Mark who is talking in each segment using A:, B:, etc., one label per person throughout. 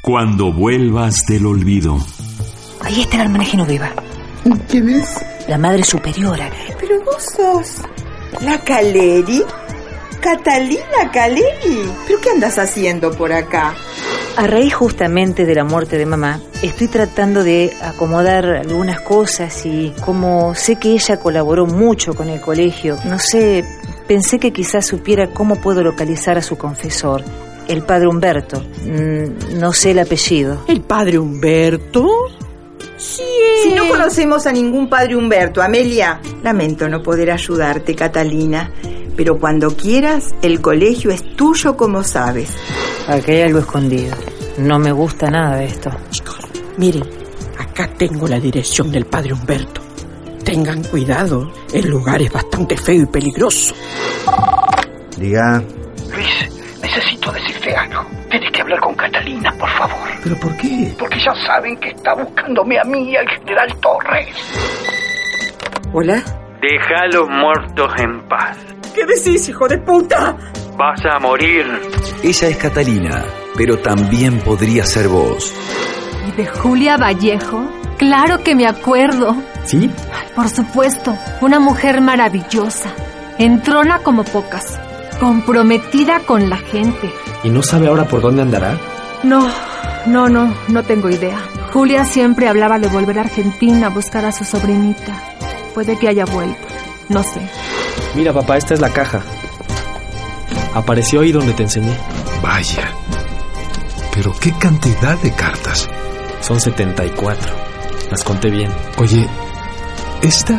A: Cuando vuelvas del olvido.
B: Ahí está la hermana Genoveva,
C: ¿Quién es?
B: la madre superiora.
C: Pero vos sos la Caleri. Catalina Caleri. ¿Pero qué andas haciendo por acá?
B: A raíz justamente de la muerte de mamá, estoy tratando de acomodar algunas cosas y como sé que ella colaboró mucho con el colegio, no sé, pensé que quizás supiera cómo puedo localizar a su confesor, el padre Humberto. Mm, no sé el apellido.
D: ¿El padre Humberto?
C: Si no conocemos a ningún padre Humberto, Amelia, lamento no poder ayudarte, Catalina. Pero cuando quieras, el colegio es tuyo, como sabes.
B: Aquí hay algo escondido. No me gusta nada de esto.
D: Chicos, miren, acá tengo la dirección del padre Humberto. Tengan cuidado, el lugar es bastante feo y peligroso.
E: Diga,
F: Luis, necesito decirte algo. Tienes que hablar con Catalina, por favor.
E: ¿pero por qué?
F: Porque ya saben que está buscándome a mí y al general Torres.
C: ¿Hola?
G: Deja a los muertos en paz.
D: ¿Qué decís, hijo de puta?
G: Vas a morir.
A: Ella es Catalina, pero también podría ser vos.
H: ¿Y de Julia Vallejo? Claro que me acuerdo.
A: ¿Sí?
H: Por supuesto, una mujer maravillosa, entrona como pocas, comprometida con la gente.
A: ¿Y no sabe ahora por dónde andará?
H: No, no, no, no tengo idea. Julia siempre hablaba de volver a Argentina a buscar a su sobrinita. Puede que haya vuelto, no sé.
I: Mira, papá, esta es la caja. Apareció ahí donde te enseñé.
A: Vaya. Pero qué cantidad de cartas.
I: Son 74. Las conté bien.
A: Oye, esta...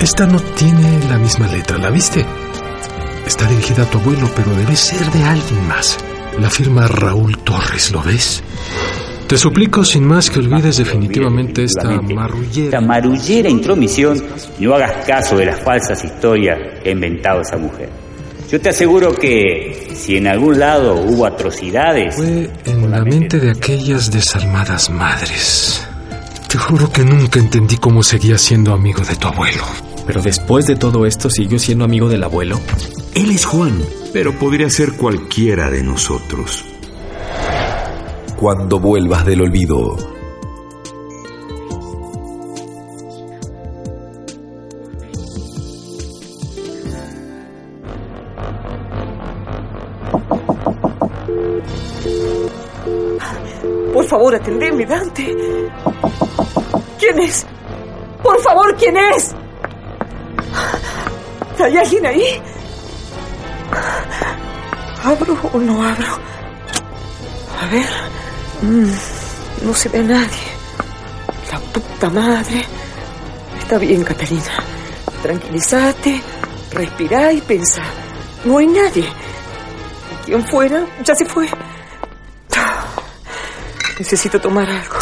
A: Esta no tiene la misma letra, ¿la viste? Está dirigida a tu abuelo, pero debe ser de alguien más. La firma Raúl Torres, ¿lo ves? Te suplico sin más que olvides definitivamente esta marrullera.
J: marullera intromisión y no hagas caso de las falsas historias que ha inventado esa mujer. Yo te aseguro que si en algún lado hubo atrocidades,
A: Fue en la mente de aquellas desarmadas madres. Te juro que nunca entendí cómo seguía siendo amigo de tu abuelo.
I: Pero después de todo esto, ¿siguió siendo amigo del abuelo?
K: Él es Juan.
A: Pero podría ser cualquiera de nosotros.
K: Cuando vuelvas del olvido.
D: Por favor, atendeme, Dante. ¿Quién es? Por favor, ¿quién es? ¿Hay alguien ahí? ¿Abro o no abro? A ver. Mm, no se ve nadie. La puta madre. Está bien, Catalina. Tranquilízate, respirá y pensá. No hay nadie. Quien fuera, ya se fue. Necesito tomar algo.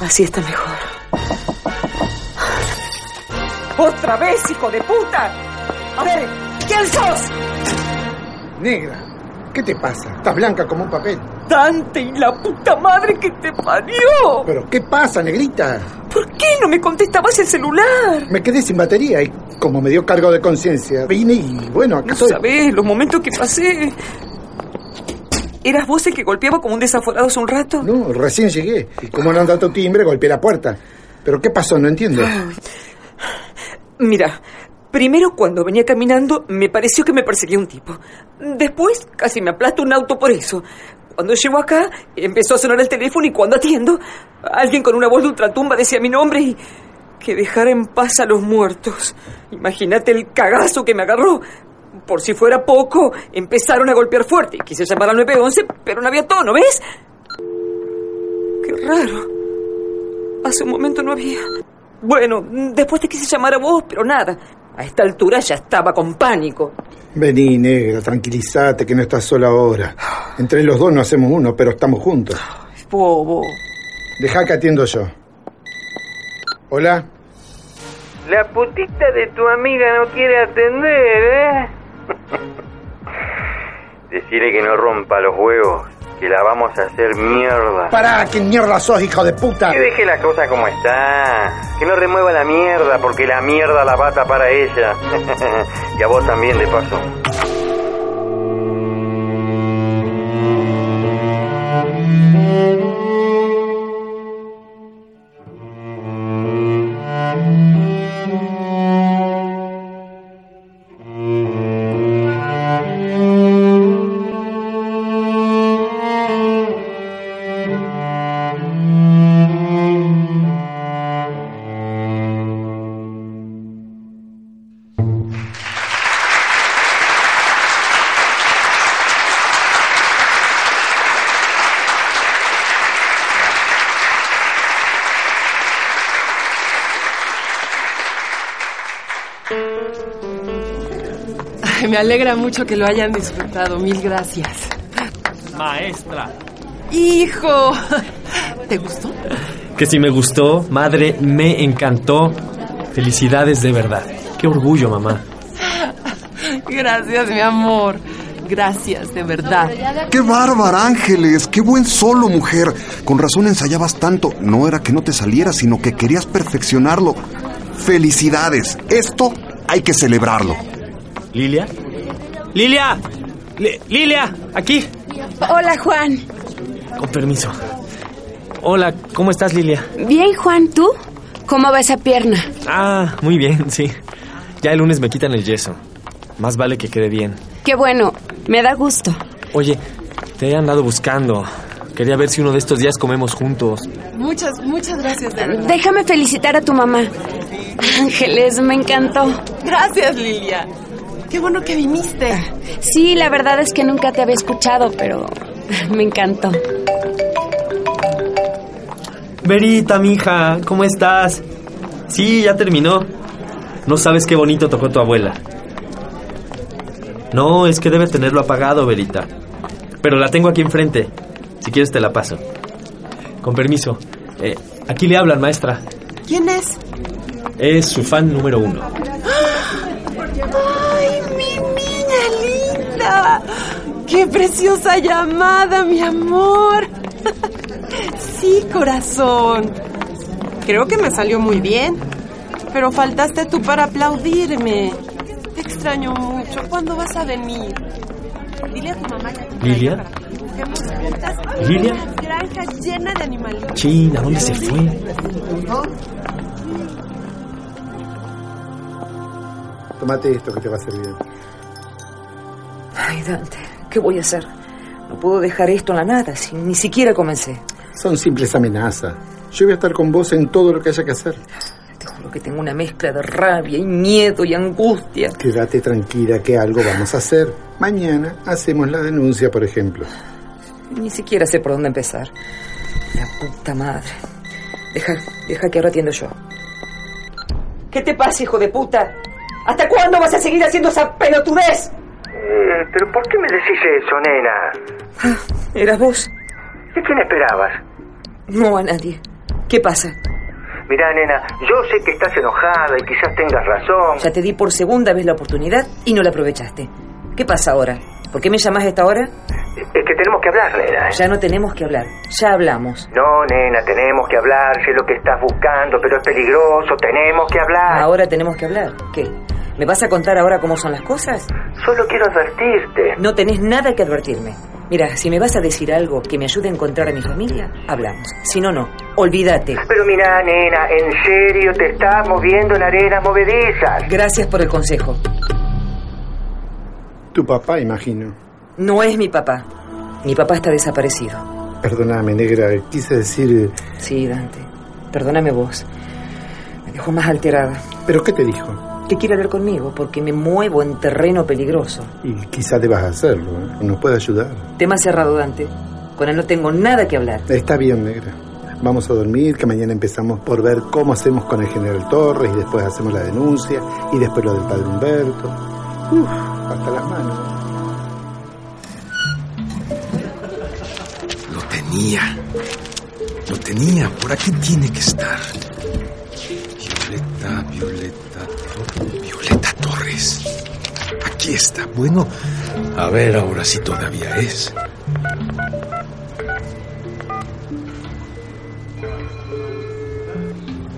D: Así está mejor. ¡Otra vez, hijo de puta! A ver, ¿quién sos?
E: Negra, ¿qué te pasa? Estás blanca como un papel.
D: Dante y la puta madre que te parió.
E: ¿Pero qué pasa, negrita?
D: ¿Por qué no me contestabas el celular?
E: Me quedé sin batería y como me dio cargo de conciencia, vine y bueno, acá
D: No
E: estoy.
D: sabés los momentos que pasé. ¿Eras vos el que golpeaba como un desaforado hace un rato?
E: No, recién llegué. Y como no anda tu timbre, golpeé la puerta. ¿Pero qué pasó? No entiendo.
D: Mira, primero cuando venía caminando me pareció que me perseguía un tipo. Después casi me aplasta un auto por eso. Cuando llego acá empezó a sonar el teléfono y cuando atiendo, alguien con una voz de ultratumba decía mi nombre y que dejara en paz a los muertos. Imagínate el cagazo que me agarró. Por si fuera poco, empezaron a golpear fuerte. Quise llamar al 911, pero no había tono, ¿ves? Qué raro. Hace un momento no había. Bueno, después te quise llamar a vos, pero nada. A esta altura ya estaba con pánico.
E: Vení, negra, tranquilízate que no estás sola ahora. Entre los dos no hacemos uno, pero estamos juntos.
D: Bobo.
E: Deja que atiendo yo. Hola.
L: La putita de tu amiga no quiere atender, ¿eh?
G: Decirle que no rompa los huevos, que la vamos a hacer mierda.
E: Pará, que mierda sos, hijo de puta.
G: Que deje la cosa como está. Ah, Que no remueva la mierda, porque la mierda la va a para ella. y a vos también, de paso.
M: Ay, me alegra mucho que lo hayan disfrutado. Mil gracias.
N: Maestra.
M: ¡Hijo! ¿Te gustó?
I: Que si me gustó, madre, me encantó. Felicidades de verdad. Qué orgullo, mamá.
M: Gracias, mi amor. Gracias, de verdad.
O: ¡Qué bárbara, Ángeles! ¡Qué buen solo, mujer! Con razón ensayabas tanto. No era que no te saliera, sino que querías perfeccionarlo. ¡Felicidades! Esto hay que celebrarlo.
I: ¿Lilia? ¡Lilia! Li- ¡Lilia! ¡Aquí!
P: Hola, Juan.
I: Con permiso. Hola, ¿cómo estás, Lilia?
P: Bien, Juan, ¿tú? ¿Cómo va esa pierna?
I: Ah, muy bien, sí. Ya el lunes me quitan el yeso. Más vale que quede bien.
P: Qué bueno, me da gusto.
I: Oye, te he andado buscando. Quería ver si uno de estos días comemos juntos.
M: Muchas, muchas gracias, de verdad.
P: Déjame felicitar a tu mamá. Ángeles, me encantó.
M: Gracias, Lilia. Qué bueno que viniste.
P: Sí, la verdad es que nunca te había escuchado, pero me encantó.
I: Verita, mija, ¿cómo estás? Sí, ya terminó. No sabes qué bonito tocó tu abuela. No, es que debe tenerlo apagado, Verita. Pero la tengo aquí enfrente. Si quieres te la paso. Con permiso. Eh, aquí le hablan, maestra.
M: ¿Quién es?
I: Es su fan número uno.
M: ¡Ay, mi niña linda! ¡Qué preciosa llamada, mi amor! Sí, corazón. Creo que me salió muy bien. Pero faltaste tú para aplaudirme. Te extraño mucho. ¿Cuándo vas a venir? Dile a tu mamá que te
I: ¿Lilia?
M: traiga para que juguemos juntas en
I: ¿Lilia?
M: una granja llena de animalitos.
I: China, ¿dónde se fue?
E: Tomate esto que te va a servir.
B: Ay, Dante, ¿qué voy a hacer? No puedo dejar esto en la nada, si ni siquiera comencé.
E: Son simples amenazas. Yo voy a estar con vos en todo lo que haya que hacer.
B: Te juro que tengo una mezcla de rabia y miedo y angustia.
E: Quédate tranquila que algo vamos a hacer. Mañana hacemos la denuncia, por ejemplo.
B: Ni siquiera sé por dónde empezar. La puta madre. Deja, deja que ahora atiendo yo.
D: ¿Qué te pasa, hijo de puta? ¿Hasta cuándo vas a seguir haciendo esa pelotudez?
G: Eh, ¿Pero por qué me decís eso, nena?
B: Ah, ¿Eras vos?
G: ¿De quién esperabas?
B: No a nadie. ¿Qué pasa?
G: Mirá, nena, yo sé que estás enojada y quizás tengas razón.
B: Ya te di por segunda vez la oportunidad y no la aprovechaste. ¿Qué pasa ahora? ¿Por qué me llamás a esta hora?
G: Es que tenemos que hablar, nena. ¿eh?
B: Ya no tenemos que hablar. Ya hablamos.
G: No, nena, tenemos que hablar. Sé lo que estás buscando, pero es peligroso. Tenemos que hablar.
B: Ahora tenemos que hablar. ¿Qué? ¿Me vas a contar ahora cómo son las cosas?
G: Solo quiero advertirte.
B: No tenés nada que advertirme. Mira, si me vas a decir algo que me ayude a encontrar a mi familia, hablamos. Si no, no. Olvídate.
G: Pero mirá, nena, en serio te estás moviendo en arenas movedizas.
B: Gracias por el consejo.
E: Tu papá, imagino.
B: No es mi papá. Mi papá está desaparecido.
E: Perdóname, negra, quise decir...
B: Sí, Dante. Perdóname vos. Me dejó más alterada.
E: ¿Pero qué te dijo?
B: Que quiere hablar conmigo porque me muevo en terreno peligroso.
E: Y quizás debas hacerlo, ¿eh? nos puede ayudar. Eh,
B: Tema cerrado, Dante. Con él no tengo nada que hablar.
E: Está bien, negra. vamos a dormir, que mañana empezamos por ver cómo hacemos con el general Torres y después hacemos la denuncia y después lo del padre Humberto. Uf, hasta las manos.
A: Lo tenía. Lo tenía. Por aquí tiene que estar. Violeta, Violeta, Tor- Violeta Torres. Aquí está. Bueno, a ver ahora si todavía es.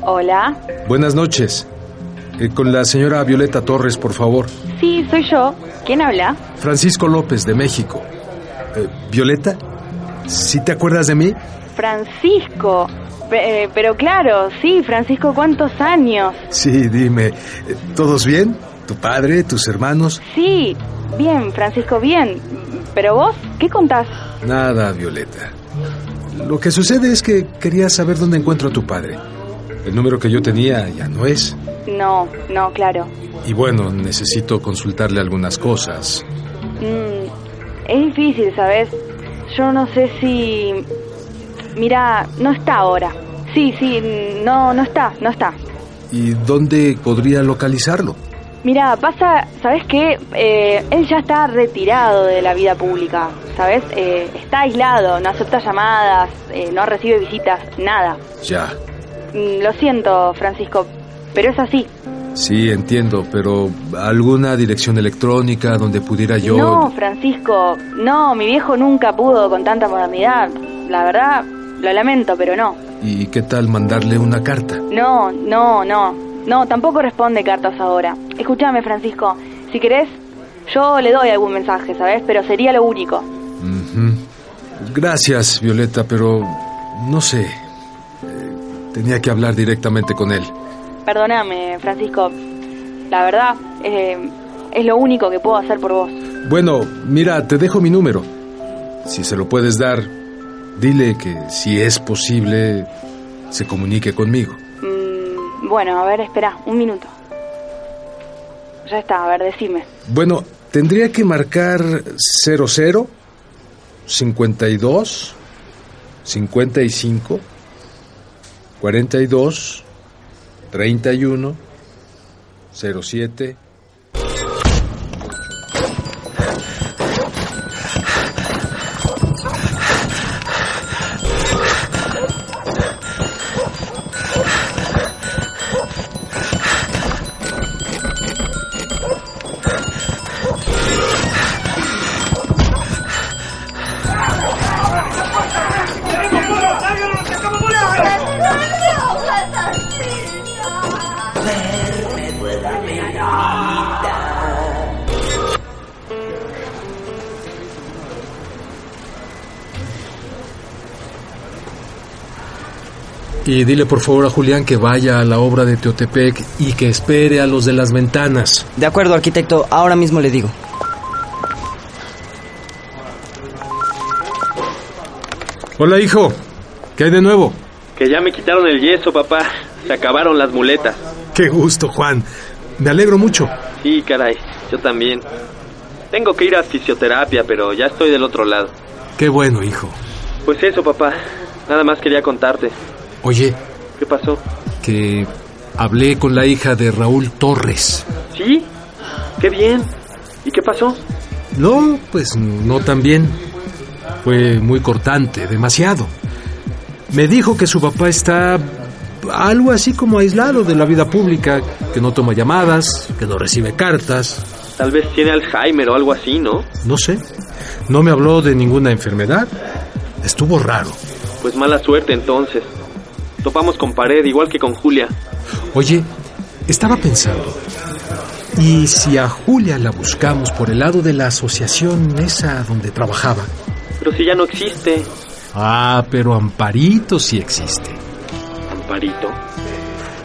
Q: Hola.
A: Buenas noches. Eh, con la señora Violeta Torres, por favor.
Q: Sí, soy yo. ¿Quién habla?
A: Francisco López, de México. Eh, Violeta, ¿sí te acuerdas de mí?
Q: Francisco. Pe- eh, pero claro, sí, Francisco, ¿cuántos años?
A: Sí, dime. eh, ¿Todos bien? ¿Tu padre, tus hermanos?
Q: Sí, bien, Francisco, bien. Pero vos, ¿qué contás?
A: Nada, Violeta. Lo que sucede es que quería saber dónde encuentro a tu padre. El número que yo tenía ya no es.
Q: No, no, claro.
A: Y bueno, necesito consultarle algunas cosas.
Q: Mm, es difícil, ¿sabes? Yo no sé si... Mira, no está ahora. Sí, sí, no, no está, no está.
A: ¿Y dónde podría localizarlo?
Q: Mira, pasa, ¿sabes qué? Eh, él ya está retirado de la vida pública, ¿sabes? Eh, está aislado, no acepta llamadas, eh, no recibe visitas, nada.
A: Ya.
Q: Mm, Lo siento, Francisco, pero es así.
A: Sí, entiendo, pero ¿alguna dirección electrónica donde pudiera yo...
Q: No, Francisco, no, mi viejo nunca pudo con tanta modernidad. La verdad, lo lamento, pero no.
A: ¿Y qué tal mandarle una carta?
Q: No, no, no. No, tampoco responde cartas ahora. Escúchame, Francisco, si querés, yo le doy algún mensaje, ¿sabes? Pero sería lo único.
A: Ujú. Gracias, Violeta, pero no sé. Eh, Tenía que hablar directamente con él.
Q: Perdóname, Francisco. La verdad, eh, es lo único que puedo hacer por vos.
A: Bueno, mira, te dejo mi número. Si se lo puedes dar, dile que si es posible, se comunique conmigo.
Q: Bueno, a ver, espera, un minuto. Ya está, a ver, decime.
A: Bueno, tendría que marcar 00 52 55 42 31 07 Y dile por favor a Julián que vaya a la obra de Teotepec y que espere a los de las ventanas.
R: De acuerdo, arquitecto, ahora mismo le digo.
A: Hola hijo, ¿qué hay de nuevo?
S: Que ya me quitaron el yeso, papá. Se acabaron las muletas.
A: Qué gusto, Juan. Me alegro mucho.
S: Sí, caray, yo también. Tengo que ir a fisioterapia, pero ya estoy del otro lado.
A: Qué bueno, hijo.
S: Pues eso, papá. Nada más quería contarte.
A: Oye,
S: ¿Qué pasó?
A: que hablé con la hija de Raúl Torres.
S: ¿Sí? Qué bien. ¿Y qué pasó?
A: No, pues no tan bien. Fue muy cortante, demasiado. Me dijo que su papá está algo así como aislado de la vida pública, que no toma llamadas, que no recibe cartas,
S: Tal vez tiene Alzheimer o algo así, ¿no?
A: no sé. No me habló de ninguna enfermedad. Estuvo raro.
S: Pues mala suerte entonces. Topamos con pared igual que con Julia.
A: Oye, estaba pensando, ¿y si a Julia la buscamos por el lado de la asociación esa donde trabajaba?
S: Pero si ya no existe.
A: Ah, pero Amparito sí existe.
S: Amparito.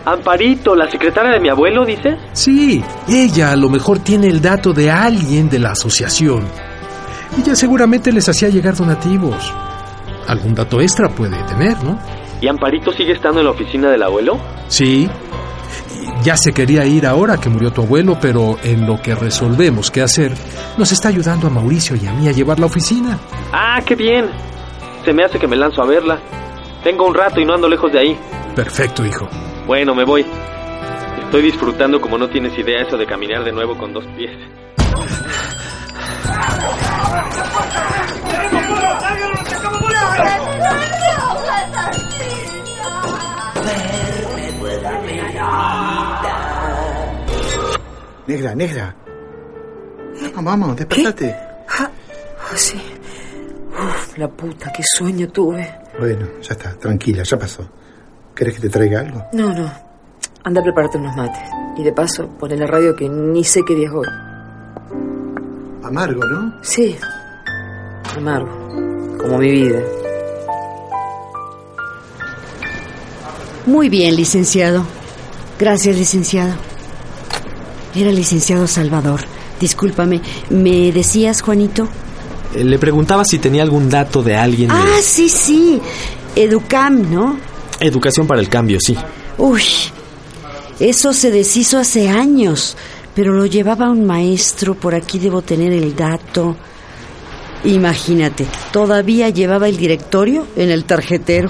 S: Amparito, la secretaria de mi abuelo, dices?
A: Sí, ella a lo mejor tiene el dato de alguien de la asociación. Ella seguramente les hacía llegar donativos. Algún dato extra puede tener, ¿no?
S: ¿Y Amparito sigue estando en la oficina del abuelo?
A: Sí. Ya se quería ir ahora que murió tu abuelo, pero en lo que resolvemos qué hacer, nos está ayudando a Mauricio y a mí a llevar la oficina.
S: Ah, qué bien. Se me hace que me lanzo a verla. Tengo un rato y no ando lejos de ahí.
A: Perfecto, hijo.
S: Bueno, me voy. Estoy disfrutando como no tienes idea eso de caminar de nuevo con dos pies.
E: Negra, negra. Vamos, vamos, despertate.
D: Ah, oh, sí. Uf, la puta, qué sueño tuve.
E: Bueno, ya está, tranquila, ya pasó. ¿Querés que te traiga algo?
D: No, no. Anda a prepararte unos mates. Y de paso, poné la radio que ni sé qué día es hoy.
E: Amargo, ¿no?
D: Sí. Amargo. Como mi vida.
T: Muy bien, licenciado. Gracias, licenciado. Era el licenciado Salvador. Discúlpame, ¿me decías, Juanito?
I: Eh, Le preguntaba si tenía algún dato de alguien de
T: Ah, sí, sí. Educam, ¿no?
I: Educación para el Cambio, sí.
T: Uy, eso se deshizo hace años, pero lo llevaba un maestro, por aquí debo tener el dato. Imagínate, todavía llevaba el directorio en el tarjetero.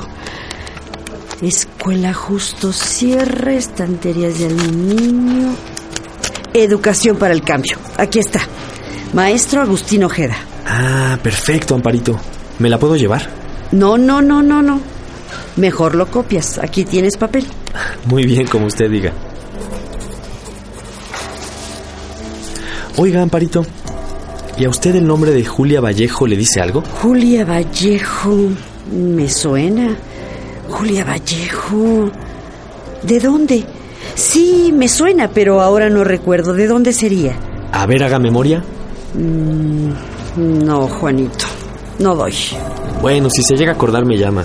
T: Escuela justo cierre, estanterías de aluminio. Educación para el cambio. Aquí está. Maestro Agustín Ojeda.
I: Ah, perfecto, Amparito. ¿Me la puedo llevar?
T: No, no, no, no, no. Mejor lo copias. Aquí tienes papel.
I: Muy bien, como usted diga. Oiga, Amparito, ¿y a usted el nombre de Julia Vallejo le dice algo?
T: Julia Vallejo, me suena. Julia Vallejo. ¿De dónde? Sí, me suena, pero ahora no recuerdo. ¿De dónde sería?
I: A ver, haga memoria.
T: Mm, no, Juanito. No doy.
I: Bueno, si se llega a acordar, me llama.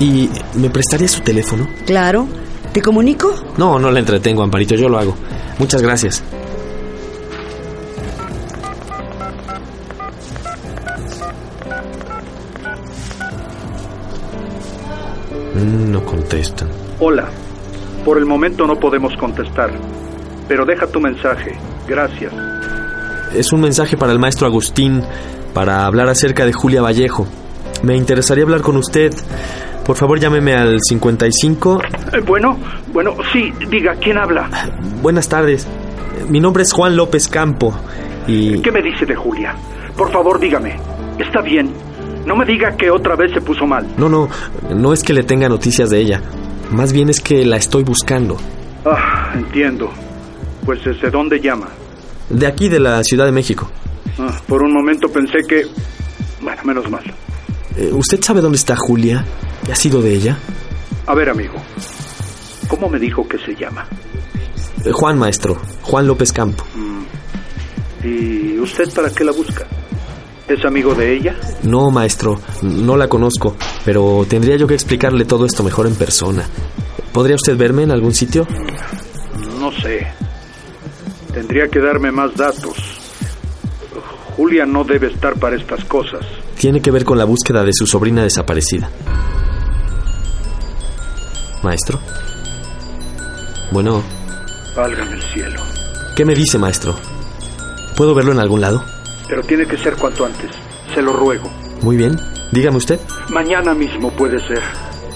I: ¿Y me prestaría su teléfono?
T: Claro. ¿Te comunico?
I: No, no la entretengo, Amparito, yo lo hago. Muchas gracias. Mm, No contestan.
U: Hola. Por el momento no podemos contestar, pero deja tu mensaje. Gracias.
I: Es un mensaje para el maestro Agustín, para hablar acerca de Julia Vallejo. Me interesaría hablar con usted. Por favor, llámeme al 55.
U: Eh, bueno, bueno, sí, diga, ¿quién habla?
I: Buenas tardes. Mi nombre es Juan López Campo y...
U: ¿Qué me dice de Julia? Por favor, dígame. Está bien. No me diga que otra vez se puso mal.
I: No, no, no es que le tenga noticias de ella. Más bien es que la estoy buscando.
U: Ah, entiendo. Pues desde dónde llama.
I: De aquí, de la Ciudad de México.
U: Ah, por un momento pensé que... Bueno, menos mal.
I: Eh, ¿Usted sabe dónde está Julia? ¿Qué ha sido de ella?
U: A ver, amigo. ¿Cómo me dijo que se llama?
I: Eh, Juan, maestro. Juan López Campo.
U: ¿Y usted para qué la busca? ¿Es amigo de ella?
I: No, maestro, no la conozco, pero tendría yo que explicarle todo esto mejor en persona. ¿Podría usted verme en algún sitio?
U: No sé. Tendría que darme más datos. Julia no debe estar para estas cosas.
I: Tiene que ver con la búsqueda de su sobrina desaparecida. Maestro. Bueno,
U: Válgame el cielo.
I: ¿qué me dice, maestro? ¿Puedo verlo en algún lado?
U: Pero tiene que ser cuanto antes. Se lo ruego.
I: Muy bien. Dígame usted.
U: Mañana mismo puede ser.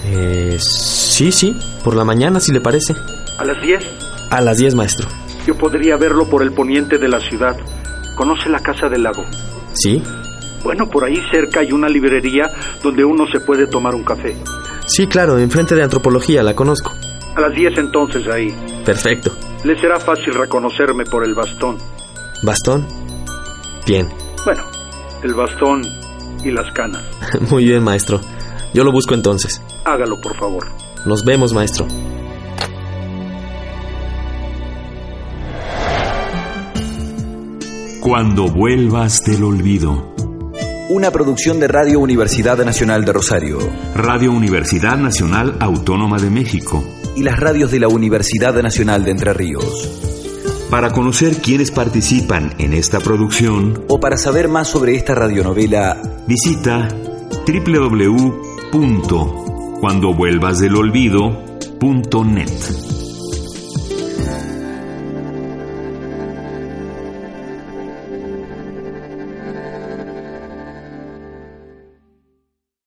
I: Eh, sí, sí, por la mañana, si le parece.
U: A las 10
I: A las 10, maestro.
U: yo podría verlo por el poniente de la ciudad. ¿Conoce la Casa del Lago?
I: ¿Sí?
U: Bueno, por ahí cerca hay una librería donde uno se puede tomar un café.
I: Sí, claro, enfrente de antropología, la conozco.
U: A las 10 entonces ahí.
I: Perfecto.
U: Le será fácil reconocerme por el bastón.
I: ¿Bastón? Bien.
U: Bueno, el bastón y las canas.
I: Muy bien, maestro. Yo lo busco entonces.
U: Hágalo, por favor.
I: Nos vemos, maestro.
V: Cuando vuelvas del olvido.
W: Una producción de Radio Universidad Nacional de Rosario
V: Radio Universidad Nacional Autónoma de México.
W: y las radios de la Universidad Nacional de Entre Ríos.
V: Para conocer quiénes participan en esta producción,
W: O para saber más sobre esta radionovela,
V: visita www.cuandovuelvasdelolvido.net.